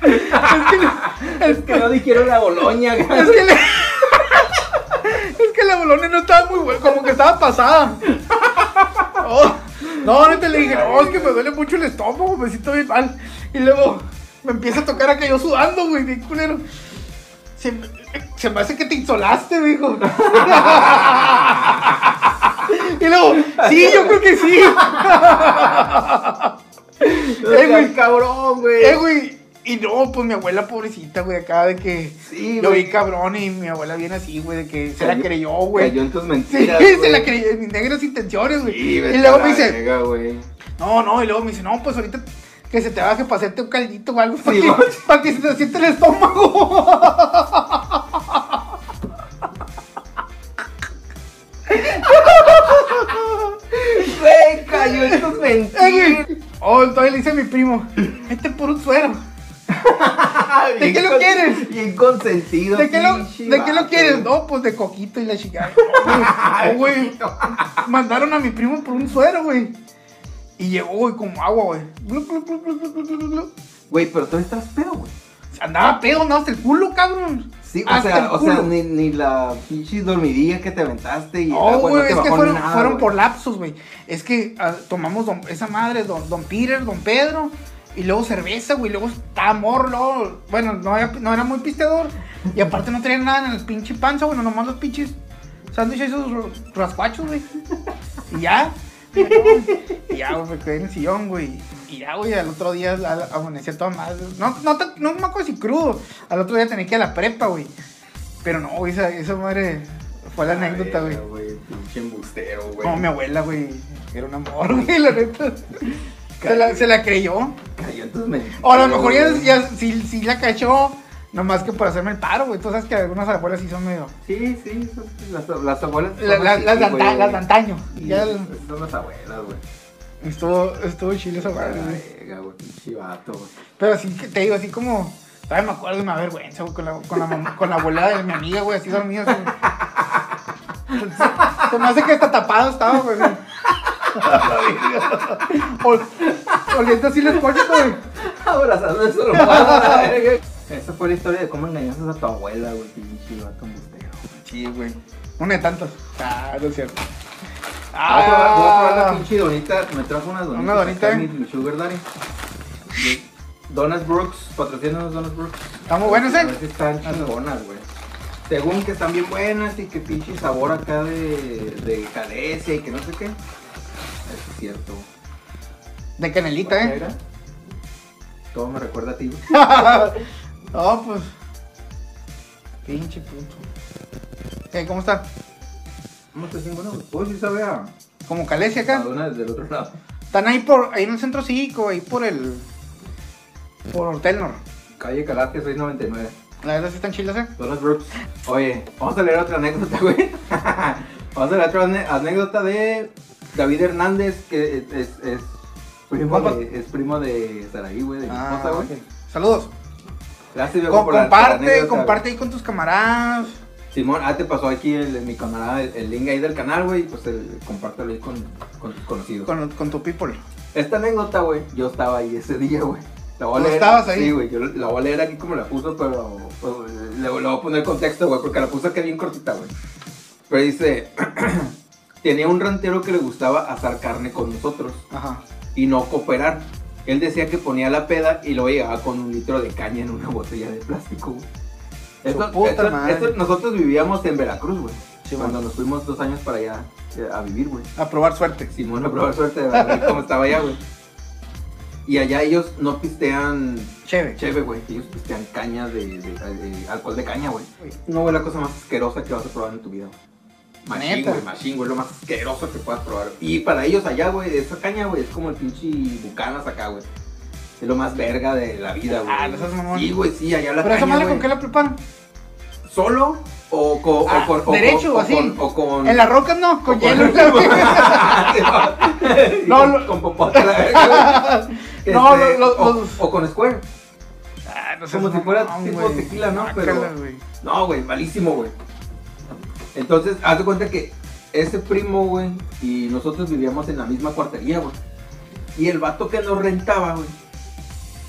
es que, le- es,
Es que no dijeron la boloña, güey.
es que le- es que la bolonia no estaba muy buena, como que estaba pasada. Oh, no, no te le dije, no, es que me duele mucho el estómago, me siento bien mal. Y luego me empieza a tocar acá yo sudando, güey, bien culero. Se, me- se me hace que te insolaste, me dijo. Y luego, sí, yo creo que sí.
O sea,
güey.
cabrón, güey.
Eh, güey. Y no, pues mi abuela pobrecita, güey, acá de que
Sí,
lo
güey.
vi cabrón y mi abuela viene así, güey, de que se la
Cayó-
creyó, güey.
Cayó en tus
Sí,
mentiras,
se
güey.
la creyó en mis negras intenciones, güey.
Sí, vete
y luego
a la
me dice,
verga, güey.
no, no, y luego me dice, no, pues ahorita que se te baje para hacerte un caldito o algo, para,
Sí,
que,
güey.
para que se te siente el estómago.
Güey, cayó en tus
Eh,
mentiras.
güey. oh, entonces le dice a mi primo, vete por un suero. ¿De qué lo
Bien
quieres?
con- Bien consentido.
¿De qué lo,
pinche
¿de qué lo
vato,
quieres?
güey.
No, pues de coquito y la chingada. No, güey. Mandaron a mi primo por un suero, güey. Y llegó, güey, como agua, güey. Blu, blu, blu, blu, blu, blu, blu, blu.
Güey, pero tú estás pedo, güey.
Andaba pedo, andaba hasta el culo, cabrón.
Sí, o
Hasta el
sea, o sea,
culo.
ni, ni la pinche dormidilla que te aventaste y el
No,
agua
güey,
no te
es que
bajó
fueron,
nada,
fueron
güey.
por lapsos, güey. Es que ah, tomamos don- esa madre, don, don Peter, don Pedro, y luego cerveza, güey, luego estaba morro, luego- bueno, no era, no era muy pisteador, y aparte no traían nada en el pinche panza, bueno, nomás los pinches sándwiches esos rascuachos, güey. Y ya, perdón. Y ya, güey, me quedé en el sillón, güey. Y ya, güey, al otro día al- amaneció todo más. No, no, te- no me acuerdo si crudo. Al otro día tenía que ir a la prepa, güey. Pero no, güey, esa, esa madre fue la anécdota, güey.
Pinche embustero, güey.
Como mi abuela, güey. Era un amor, güey, la neta. Se la, se la creyó.
Cayó en tus mentiras,
O a lo mejor ya,
güey.
ya sí, sí la cachó. Nomás que por hacerme el paro, güey. Tú sabes que algunas abuelas sí son medio.
Sí, sí, son- las, las abuelas. son
la- la-
así,
las, de anta-
güey.
las de antaño.
Sí,
Ya-
Son las abuelas, güey.
estuvo, estuvo chile esa madre, güey.
Verga, güey, pinche vato, güey.
Pero sí que te digo, así como. Todavía me acuerdo y me da vergüenza, güey, con la, con la, mamá- con la abuela de mi amiga, güey, así dormida. así, güey. Se, se me hace que está tapado estaba, güey. así. Ol- Oliendo así les coches, güey.
Abrazando a su hermana, verga. Esa fue la historia de cómo engañaste a tu abuela, güey. Pinche vato embustero.
Sí, güey. Una de tantas. Ah, no es cierto.
Ah, voy a probar la
Ah,
pinche donita. Me trajo unas donitas.
Una donita,
acá,
eh.
Mi sugar daddy. Donas Brooks, patrocínanos Donas Brooks.
¿Están muy buenas, eh?
A ver si están chingonas, güey. Según que están bien buenas y que pinche sabor acá de, de calesia y que no sé qué. Eso es cierto.
de canelita, eh.
Mira, Todo me recuerda a ti. güey.
No, pues. Pinche puto. ¿Qué? ¿Cómo está?
¿Cómo está chingona, güey? Pues sí sabe a,
Como Calesia
a
acá.
dona desde el otro lado.
Están ahí por. ahí en el centro cívico, ahí por el. Por Hortelnor.
Calle Calate 699.
La verdad sí están chilas, eh.
Donas Brooks. Oye, vamos a leer otra anécdota, güey. vamos a leer otra ane- anécdota de David Hernández, que es, es- es primo,
Compa.
de, es primo de Saraí, güey, de mi esposa, güey.
Ah, ok. Saludos.
Gracias, viejo,
Com-
por la- por la
comparte,
anécdota,
comparte ahí con tus camaradas.
güey. Simón, ah, te pasó aquí el, mi camarada, el, el link ahí del canal, güey, pues el, compártelo ahí con, con tus conocidos.
Con, con tu people.
Esta anécdota, güey, yo estaba ahí ese día, güey. La voy a
¿Tú
leer-
estabas ahí?
Sí, güey, yo la voy a leer aquí como la puso, pero pues, le, le voy a poner contexto, güey, porque la puso que bien cortita, güey. Pero dice, tenía un rantero que le gustaba asar carne con nosotros
Ajá.
y no cooperar. Él decía que ponía la peda y luego llegaba con un litro de caña en una botella de plástico, güey.
Su
Esto-
puta
esto-
madre.
esto- nosotros vivíamos en Veracruz, güey.
Sí,
cuando
bueno.
nos fuimos dos años para allá eh, a vivir, güey.
A probar suerte.
Simón a probar suerte de ver cómo estaba allá, güey. Y allá ellos no pistean
Chévere.
cheve, güey. Ellos pistean caña de, de- de- alcohol de caña, güey. No, güey, la cosa más asquerosa que vas a probar en tu vida, güey. Machín,
Neta.
güey, machín, güey, lo más asqueroso que puedas probar. Y para ellos allá, güey, esa caña, güey, es como el pinche bucanas acá, güey. Es lo más verga de la vida, güey.
Ah, no seas mamón.
Sí, güey, sí, allá la
Pero esa
caña,
madre,
güey.
¿con qué la preparan?
¿Solo? O con...
Ah,
o con o
derecho,
con- o
así.
con- o con...
En las rocas no, con hielo. No,
no,
lo-
con popote la verga. güey.
No,
Este,
lo- lo-
o,
los-
o con Square.
Ah, no seas
Como si fuera
mamón,
tipo
güey.
tequila, ¿no?
Guácala,
Pero-
güey.
No, Ah, güey, malísimo, güey. Entonces, haz de cuenta que ese primo, güey, y nosotros vivíamos en la misma cuartería, güey. Y el vato que nos rentaba, güey,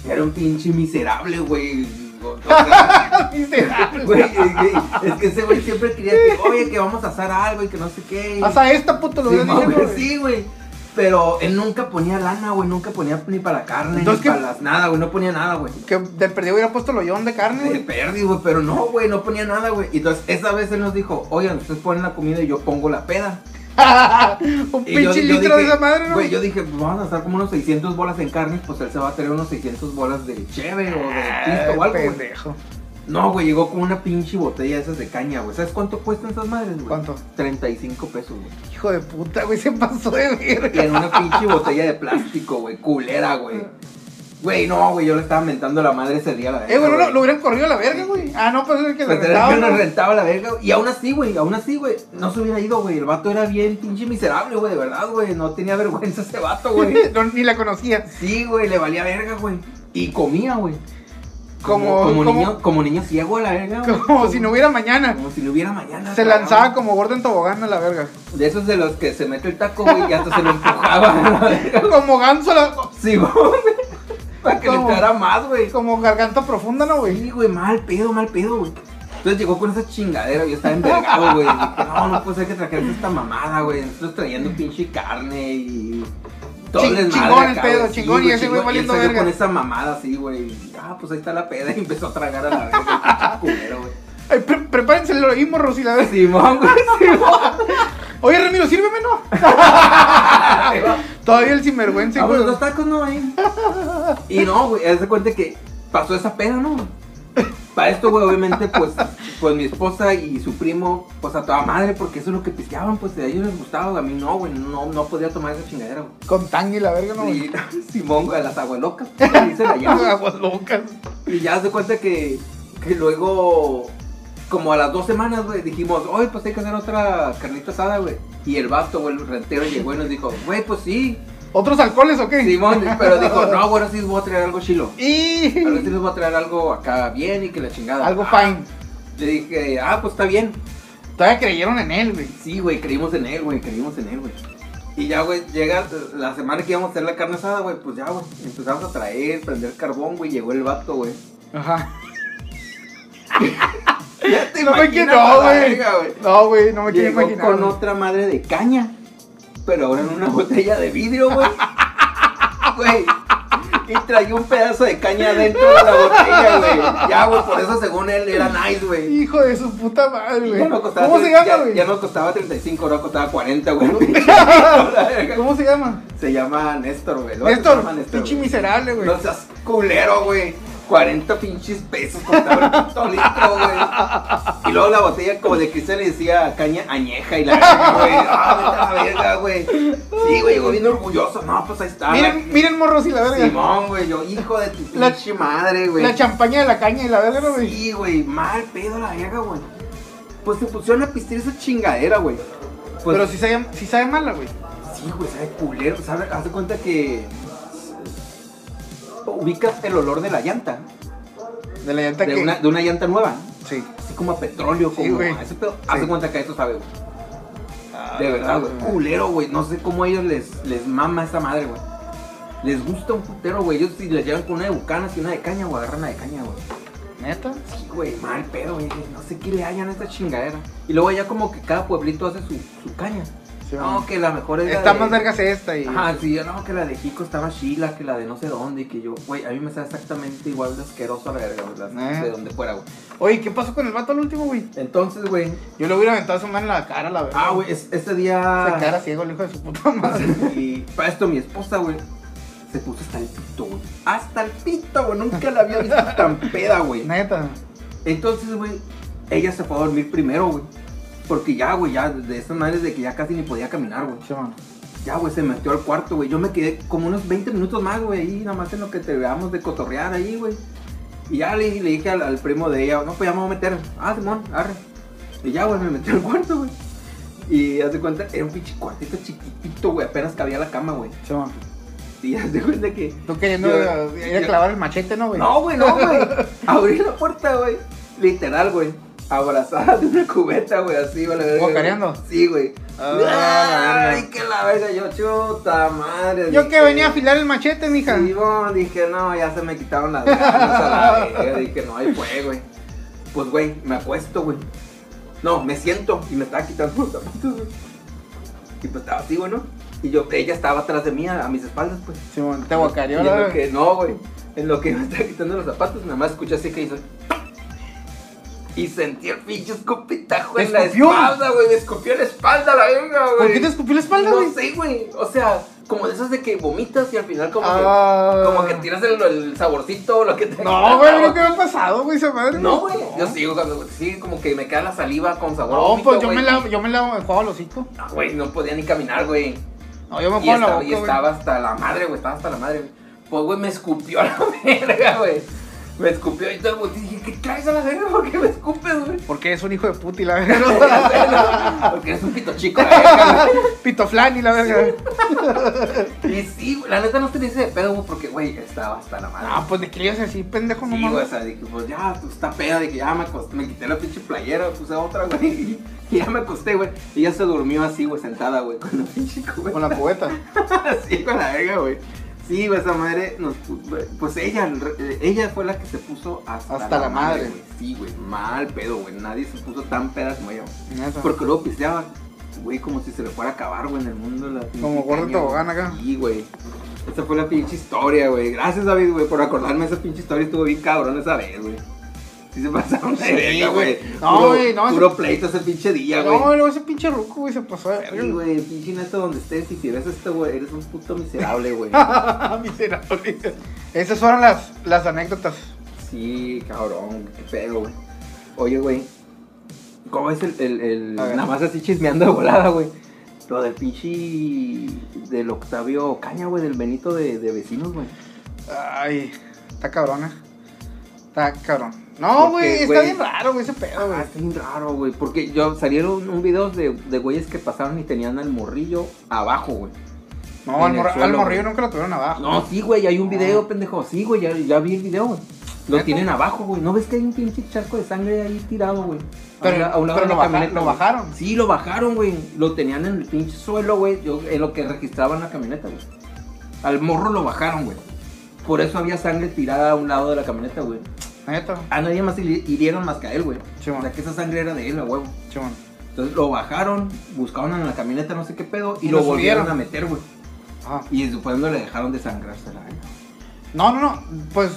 era un pinche miserable, güey. O sea,
Miserable.
güey, es que- es que ese güey siempre quería que, oye, que vamos a hacer algo y que no sé qué. y-
Hasta esta puto lo
Sí,
veo
ma,
diciendo,
güey,
güey.
sí, güey. Pero él nunca ponía lana, güey. Nunca ponía ni para la carne,
Entonces,
ni
¿qué?
para las nada, güey. No ponía nada, güey.
Que de perdido hubiera puesto el hoyón de carne.
Se
güey.
perdí, güey. Pero no, güey. No ponía nada, güey. Y Entonces, esa vez él nos dijo, oigan, ustedes ponen la comida y yo pongo la peda.
Un
Y yo-
pinche
yo
litro de
dije,
esa madre, ¿no?
Güey, yo dije, pues vamos a gastar como unos 600 bolas en carnes. Pues él se va a traer unos 600 bolas de cheve o de
Ah,
pisto "Pues, o algo, güey.
pendejo.
No, güey. Llegó con una pinche botella de esas de caña, güey. ¿Sabes cuánto cuestan esas madres, güey?
¿Cuánto?
35 pesos, güey.
Hijo de puta, güey, se pasó de
Y en
verga.
una pinche botella de plástico, güey. Culera, güey. Güey, no, güey. Yo le estaba mentando la madre ese día a la verga.
Eh, bueno,
güey.
lo, lo hubieran corrido a la verga, güey. Ah, no, pues es que
Pues
lo
era que
rentaban,
nos
¿no?
rentaba la verga. güey. Y aún así, güey. Aún así, güey. No se hubiera ido, güey. El vato era bien pinche miserable, güey. De verdad, güey. No tenía vergüenza ese vato, güey.
No, ni la conocía.
Sí, güey. Le valía verga, güey. Y comía, güey.
Como,
como,
como, como,
niño, como niño ciego a la verga, güey.
si no hubiera mañana.
Como si no hubiera mañana.
Se
cabrón.
lanzaba como gordo en tobogán a la verga.
De esos de los que se mete el taco, güey, y hasta se lo empujaba. a la verga.
Como ganso, la-
Sí, güey. Para que
¿Cómo?
le entrara más, güey.
como garganta profunda, ¿no, güey?
Sí, güey, mal pedo, mal pedo, güey. Entonces llegó con esa chingadera, yo estaba envergado, güey. Dije, no, no puede ser que trajeras esta mamada, güey. Nosotros trayendo pinche carne y.
Ching-
el desmadre
chingón el
acá,
pedo,
güey.
chingón, y ese güey
chingón.
valiendo
él salió
verga.
con esa mamada así, güey. y, Ah, pues ahí está la peda y empezó a tragar a la verga. pinche culero, güey.
Ay, pre- prepárense el oímos, Rosy, la verga.
Simón, güey, Simón.
Oye, Ramiro, sírveme, ¿no?
Ay,
Todavía el sinvergüenza,
Vamos
güey.
los dos tacos, Ah, pues, no, güey. Y no, güey, haz de cuenta que pasó esa peda, ¿no? Para esto, güey, obviamente, pues, pues mi esposa y su primo, pues a toda madre, porque eso es lo que pisteaban, pues a ellos les gustaba, a mí no, güey, no, no podía tomar esa chingadera, güey.
Con tangue y la verga, no, güey.
Y Simón, güey, a las agualocas, como dice la llama.
Aguas locas.
Y ya se cuenta que, que luego, como a las dos semanas, güey, dijimos, hoy pues hay que hacer otra carnita asada, güey. Y el vato, güey, el rentero llegó y nos dijo, güey, pues sí.
¿Otros alcoholes o qué?
Simón, pero dijo, no, ahora sí les voy a traer algo chilo.
Y...
Ahora sí les voy a traer algo acá bien y que la chingada.
Algo
Ah,
fine.
Le dije, ah, pues está bien.
Todavía creyeron en él, güey.
Sí, güey, creímos en él, güey, creímos en él, güey. Y ya, güey, llega la semana que íbamos a hacer la carne asada, güey, pues ya, güey, empezamos a traer, prender carbón, güey, llegó el vato, güey.
Ajá.
Ya te
No me
imaginas
quiero,
a la
güey.
verga, güey.
No, güey, no me quiero
Llegó
imaginar.
con otra madre de caña, pero ahora en una botella de vidrio, güey. Güey. Y traía un pedazo de caña dentro de la botella, güey. Ya, güey, por eso según él era nice, güey.
Hijo de su puta madre,
Ya
güey.
no costaba
¿Cómo se
tres-
llama,
ya-
güey?
Ya no costaba 35, ahora costaba 40, güey.
¿Cómo se llama?
Se llama Néstor, güey. Lo- se llama
Néstor, pinche
güey.
miserable, güey.
No seas culero, güey. 40 pinches pesos costaba el puto litro, güey. Y luego la botella como de cristal le decía caña añeja y la verga, güey. Ah, vete a la verga, güey. Sí, güey, llegó bien orgulloso. No, pues ahí está.
Miren,
la-
miren morros y la verga.
Simón, güey, yo, hijo de tu
La-
pinche madre, güey.
La champaña de la caña y la verga, ¿no, güey.
Sí, güey, mal pedo la verga, güey. Pues se pusieron a pistear esa chingadera, güey. Pues,
Pero sí sabe, sí sabe mala, güey.
Sí, güey, sabe culero. ¿Sabe? Haz de cuenta que. Ubicas el olor de la llanta.
De la llanta
De
que.
una, de una llanta nueva.
Sí.
Así como a petróleo,
Sí,
como
güey.
a ese pedo. Haz de
Sí. Ah,
cuenta que esto sabe, güey. De verdad, güey. Culero, güey. No sé cómo a ellos les, les mama esa madre, güey. Les gusta un putero, güey. Ellos si les llevan con una de bucanas y una de caña, o agarran la de caña, güey.
¿Neta?
Sí, güey, mal pedo, güey. No sé qué le hallan a esta chingadera. Y luego ya como que cada pueblito hace su, su caña.
Sí,
no,
güey.
que la mejor es la
Está
de-
más vergas esta y.
Ajá, sí, yo no, que la de Jico estaba chila, que la de no sé dónde, y que yo, güey, a mí me sabe exactamente igual de asqueroso a la verga, güey, las-
Eh.
de donde fuera, güey.
Oye, ¿qué pasó con el vato al último, güey?
Entonces, güey,
Yo le hubiera aventado a su mano en la cara, la verga.
ah, güey, es- este
Se
día,
quedara ciego el hijo de su puta madre.
y para esto mi esposa, güey, se puso hasta el pito, güey, hasta el pito, güey, nunca la había visto tan peda, güey.
Neta.
Entonces, güey, ella se fue a dormir primero, güey, porque ya, güey, ya, de esas madres de que ya casi ni podía caminar, güey.
Sí, mano.
Ya, güey, se metió al cuarto, güey. Yo me quedé como unos 20 minutos más, güey, ahí, nada más en lo que te veamos de cotorrear ahí, güey. Y ya le, le dije al, al primo de ella, no, pues ya me voy a meter. Ah, Simón, arre. Y ya, güey, me metí al cuarto, güey. Y hace cuenta, era un pinche cuartito chiquitito, güey, apenas cabía la cama, güey.
Sí, mano.
Y hace cuenta que.
Tú queriendo
Yo-
eh, ir
yo-
a clavar el machete, ¿no, güey?
No, güey, no, güey. Abrí la puerta, güey. Literal, güey. Abrazada de una cubeta, güey, así, güey. la verga, güey.
¿Guacareando?
Sí, güey.
Ah,
Ay, que la verga, yo chuta madre.
Yo que
dije.
venía a afilar el machete, mija.
Sí, bueno, dije, no, ya se me quitaron las ganas a la verga. Dije, no, ahí fue, güey. Pues, güey, me acuesto, güey. No, me siento y me estaba quitando los zapatos, güey. Y pues estaba así, bueno. Y yo, ella estaba atrás de mí, a, a mis espaldas, pues.
Simón, te
Y
guacareó,
en
la
lo
verga.
que, no, güey. En lo que me estaba quitando los zapatos, nada más escuché así que hizo. Y sentí el pinche escopetajo
¿Te
en la
escupió?
espalda, güey. Me escupió en la espalda, la verga, güey.
¿Por qué te escupí la espalda,
No
güey?
sé, güey. O sea, como de esas de que vomitas y al final como
Ah.
que como que tiras el, el saborcito o lo que te
No, güey, no te había pasado, güey, esa madre.
No, güey. Yo sigo cuando sí como que me queda la saliva con sabor. a
No,
vómito,
pues yo
güey.
me la, yo me la juego al hocico.
Ah, güey, no podía ni caminar, güey.
No, yo me
Y
juego a la
estaba, y
boca,
estaba
güey.
hasta la madre, güey, estaba hasta la madre. güey. Pues, güey, me escupió a la verga, güey. Me escupió y todo el mundo dije, ¿qué traes a la verga? ¿Por qué me escupes, güey?
Porque es un hijo de puta y la verga.
Porque eres un pito chico, eh, la verga, güey.
Pitoflan y la verga.
Y sí, güey, la neta no te dice de pedo, güey, porque, güey, estaba hasta la madre.
No, pues de que le ibas a decir, pendejo, no
Sí, güey, o
mames.
sea, de que pues ya, pues está peda, de que ya me acosté, me quité la pinche playera, puse otra, güey, y, y ya me acosté, güey. Y ya se durmió así, güey, sentada, güey, con la pinche
Con
cubeta.
la cubeta.
Así, con la verga, güey. Sí, güey, esa madre nos pu- Pues ella, ella fue la que se puso hasta,
Hasta la madre.
güey. Sí, güey, mal pedo, güey. Nadie se puso tan peda como ella, güey.
Neta.
Porque luego pisteaba, güey, como si se le fuera a acabar, güey, en el mundo. La pinche
Como gordo
caña,
tobogán
güey.
acá.
Sí, güey. Esa fue la pinche historia, güey. Gracias, David, güey, por acordarme esa pinche historia. Estuvo bien cabrón esa vez, güey. Sí se pasaron de
Sí,
verga, güey.
güey. No,
No,
güey,
güey,
no,
Puro
ese-
pleito ese pinche día, güey.
No, luego ese pinche ruco, güey, se pasó de
Sí,
verga.
güey, pinche neto donde estés, si ves esto, güey, eres un puto miserable, güey.
Miserable. Esas fueron las, las anécdotas.
Sí, cabrón, qué pedo, güey. Oye, güey, ¿cómo es el, el, el-
A ver.
nada más así chismeando de volada, güey? Lo del pinche del Octavio Caña, güey, del Benito de, de vecinos, güey.
Ay, está cabrona. Está cabrón. No,
Porque,
güey, está
güey.
bien raro, güey, ese pedo,
Ah,
güey.
está bien raro, güey, porque yo salieron un video de, de güeyes que pasaron y tenían al morrillo abajo, güey.
No, al,
en el
morra- al
suelo,
morrillo
güey.
nunca lo tuvieron abajo.
No, sí, güey, hay un video,
Ah.
pendejo. Sí, güey, ya, ya vi el video, güey. Lo
¿Neta?
tienen abajo, güey. ¿No ves que hay un pinche charco de sangre ahí tirado, güey? A
Pero-
un la- a un lado
pero
de
lo
la
baja-
camioneta,
lo
güey.
bajaron.
Sí, lo bajaron, güey. Lo tenían en el pinche suelo, güey. Yo, en lo que registraban la camioneta, güey. Al morro lo bajaron, güey. Por eso había sangre tirada a un lado de la camioneta, güey.
Neta,
A nadie más hiri- hirieron más que a él, güey.
Sí,
o
man.
sea, que esa sangre era de él, a huevo.
chimón.
Entonces lo bajaron, buscaron en la camioneta, no sé qué pedo, y,
Y
lo
lo
volvieron
subieron.
a meter, güey.
Ajá.
Y después no le dejaron de sangrarse la verga.
Ah. No, no, no, pues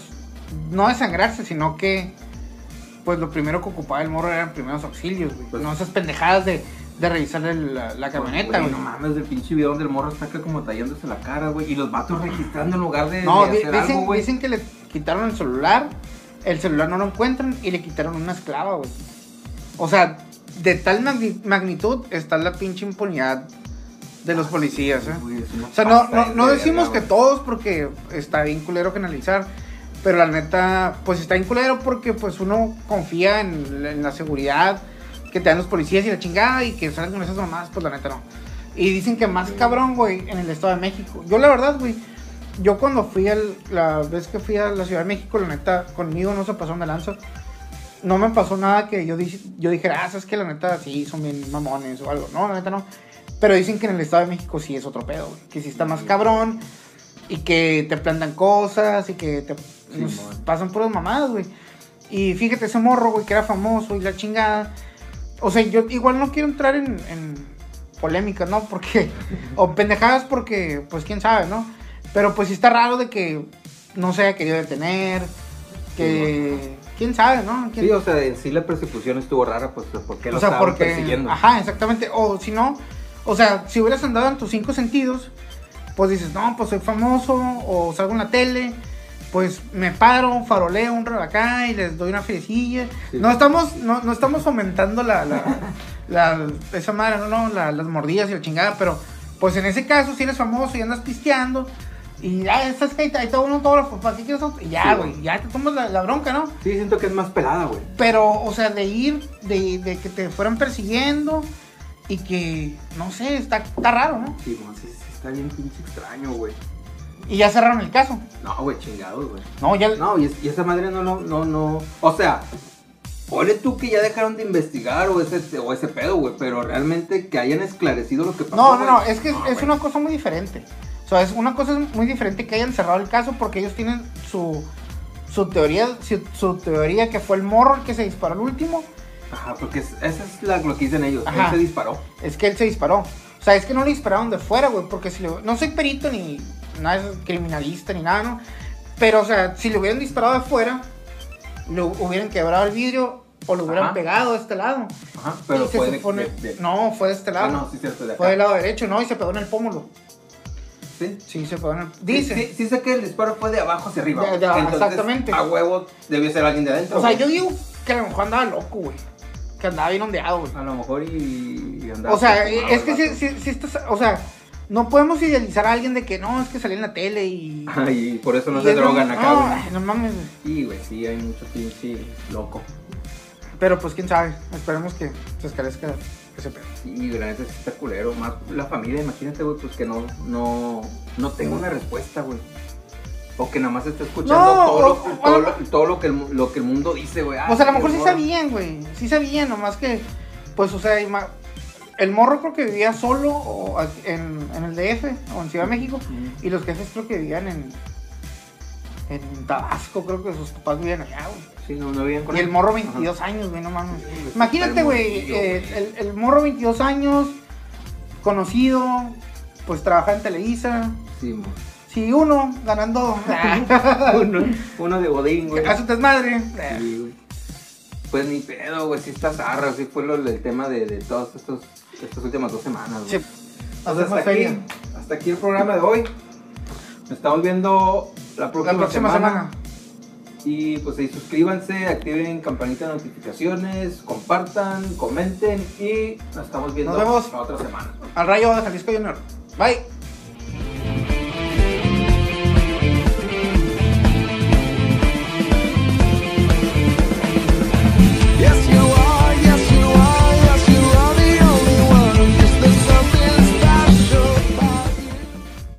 no desangrarse, sino que pues lo primero que ocupaba el morro eran primeros auxilios, güey.
Pues-
no esas pendejadas de, de revisar el- la, la camioneta,
Güey,
güey.
No mames, el pinche video donde el morro saca como tallándose la cara, güey. Y los vatos registrando en lugar de,
No,
de
di-
hacer
dicen,
algo, güey.
dicen que le quitaron el celular, el celular no lo encuentran y le quitaron una esclava, güey. O sea, de tal magni- magnitud está la pinche impunidad de los policías, ¿eh?
Ah, Güey, es una
O sea, no,
pasada
no,
de
no
verga,
decimos que
güey.
todos porque está bien culero generalizar, pero la neta, pues está bien culero porque pues uno confía en, la- en la seguridad que te dan los policías y la chingada y que salen con esas mamadas, pues la neta no. Y dicen que más cabrón, güey, en el Estado de México. Yo la verdad, güey, yo cuando fui al, la vez que fui a la Ciudad de México, la neta, conmigo no se pasó de lanza. No me pasó nada que yo, dije- yo dijera, ah, es que la neta sí son bien mamones o algo. No, la neta no. Pero dicen que en el Estado de México sí es otro pedo, güey. Que sí está más cabrón y que te plantan cosas y que te pues,
man.
pasan puras mamadas, güey. Y fíjate, ese morro, güey, que era famoso y la chingada. O sea, yo igual no quiero entrar en, en polémica, ¿no? Porque, o pendejadas porque, pues quién sabe, ¿no? Pero pues sí está raro de que no se haya querido detener, que, quién sabe, ¿no? ¿Quién-
Sí, o sea, en sí la persecución estuvo rara, pues, porque lo
o sea,
estaban
porque.
persiguiendo.
Ajá, exactamente. O si no, o sea, si hubieras andado en tus cinco sentidos, pues dices, no, pues soy famoso, o salgo en la tele, pues me paro, faroleo un rato acá y les doy una fresilla.
Sí.
No estamos, no, no estamos fomentando la, la, la- esa madre, no, no, la- las mordidas y la chingada, pero pues en ese caso, si eres famoso y andas pisteando. Y ya estás que ahí está- ahí está un autógrafo, ¿para qué quieres autógrafo? Y ya,
Sí,
güey,
güey.
ya te tomas la- la bronca, ¿no?
Sí, siento que es más pelada, güey.
Pero, o sea, de ir, de, de que te fueran persiguiendo y que, no sé, está, está raro, ¿no?
Sí, güey, sí, sí, está bien pinche extraño, güey.
Y ya cerraron el caso.
No, güey, chingados, güey.
No, ya.
No, y, es- y esa madre no, no, no, no. O sea, ole tú que ya dejaron de investigar o ese, o ese pedo, güey, pero realmente que hayan esclarecido lo que pasó.
No, no, no,
güey.
es que es, es
güey.
una cosa muy diferente. O sea, es una cosa muy diferente que hayan cerrado el caso porque ellos tienen su, su teoría, su, su teoría que fue el morro el que se disparó al último,
Ajá, porque es- esa es la, lo que dicen ellos. Él
Ajá.
se disparó.
es que él se disparó. O sea, es que no le dispararon de fuera, güey, porque si le- No soy perito ni nada de eso, criminalista ni nada, ¿no? Pero, o sea, si le hubieran disparado de fuera, lo hubieran quebrado el vidrio o lo hubieran
Ajá.
pegado de este lado.
Ajá, pero
Y se
fue de-
supone-
de- de-
No, fue de este
Ah,
lado.
no, sí, cierto, de acá.
fue del lado derecho, ¿no? Y se pegó en el pómulo.
Sí.
Sí, se pegó en el... Dice.
Sí, sí, sí sé que el disparo fue de abajo hacia arriba.
De- de-
güey. Entonces,
exactamente.
A huevo debió ser alguien de adentro.
o sea,
güey.
yo digo que a lo mejor andaba loco, güey. Que andaba bien ondeado, güey.
A lo mejor y, y andaba
O sea, eh,
fumado
es
el
que si,
vato.
si, si estás... O sea, no podemos idealizar a alguien de que no, es que salí en la tele y...
Ay, y por eso no
Y
se
es lo-
drogan acá,
no,
güey.
ay, no mames. güey.
Sí, güey, sí, hay mucho pinche loco.
Pero pues quién sabe. Esperemos que se esclarezca ese pedo.
Sí, güey, la neta sí está culero. Más la familia, imagínate, güey, pues que no, no, no tengo una respuesta, güey. O que nada más está escuchando
No,
todo,
o-
lo,
o-
todo, lo, todo lo que el, mu- lo que el mundo dice, güey.
O sea, a lo mejor sí
se
sabían, güey. Sí sabían, nomás que. Pues, o sea, ima- el morro creo que vivía solo o a- en, en el DF o en Ciudad de México. Y los jefes creo que vivían en. En Tabasco, creo que sus papás vivían allá, güey.
Sí, no, no habían con
Y el
él.
morro
Ajá.
22 años, güey, no mames.
Sí, güey, está
Imagínate,
el
güey,
morrillo,
eh,
güey.
el, el morro 22 años, conocido, pues trabaja en Televisa.
Sí, mo.
Sí, uno, ganando. Ah.
uno, uno de Godín, güey.
Que hace un desmadre.
Sí, güey. Pues ni pedo, güey, sí está zarra, sí fue lo, el tema de, de todas estos- estas últimas dos semanas, güey.
Sí.
Pues
Hacemos
hasta, aquí,
feria.
hasta aquí el programa de hoy. Nos estamos viendo la próxima,
La próxima semana.
Y pues ahí suscríbanse, activen campanita de notificaciones, compartan, comenten y nos estamos viendo
Nos vemos.
la otra semana.
Al rayo de Jalisco Junior. Bye.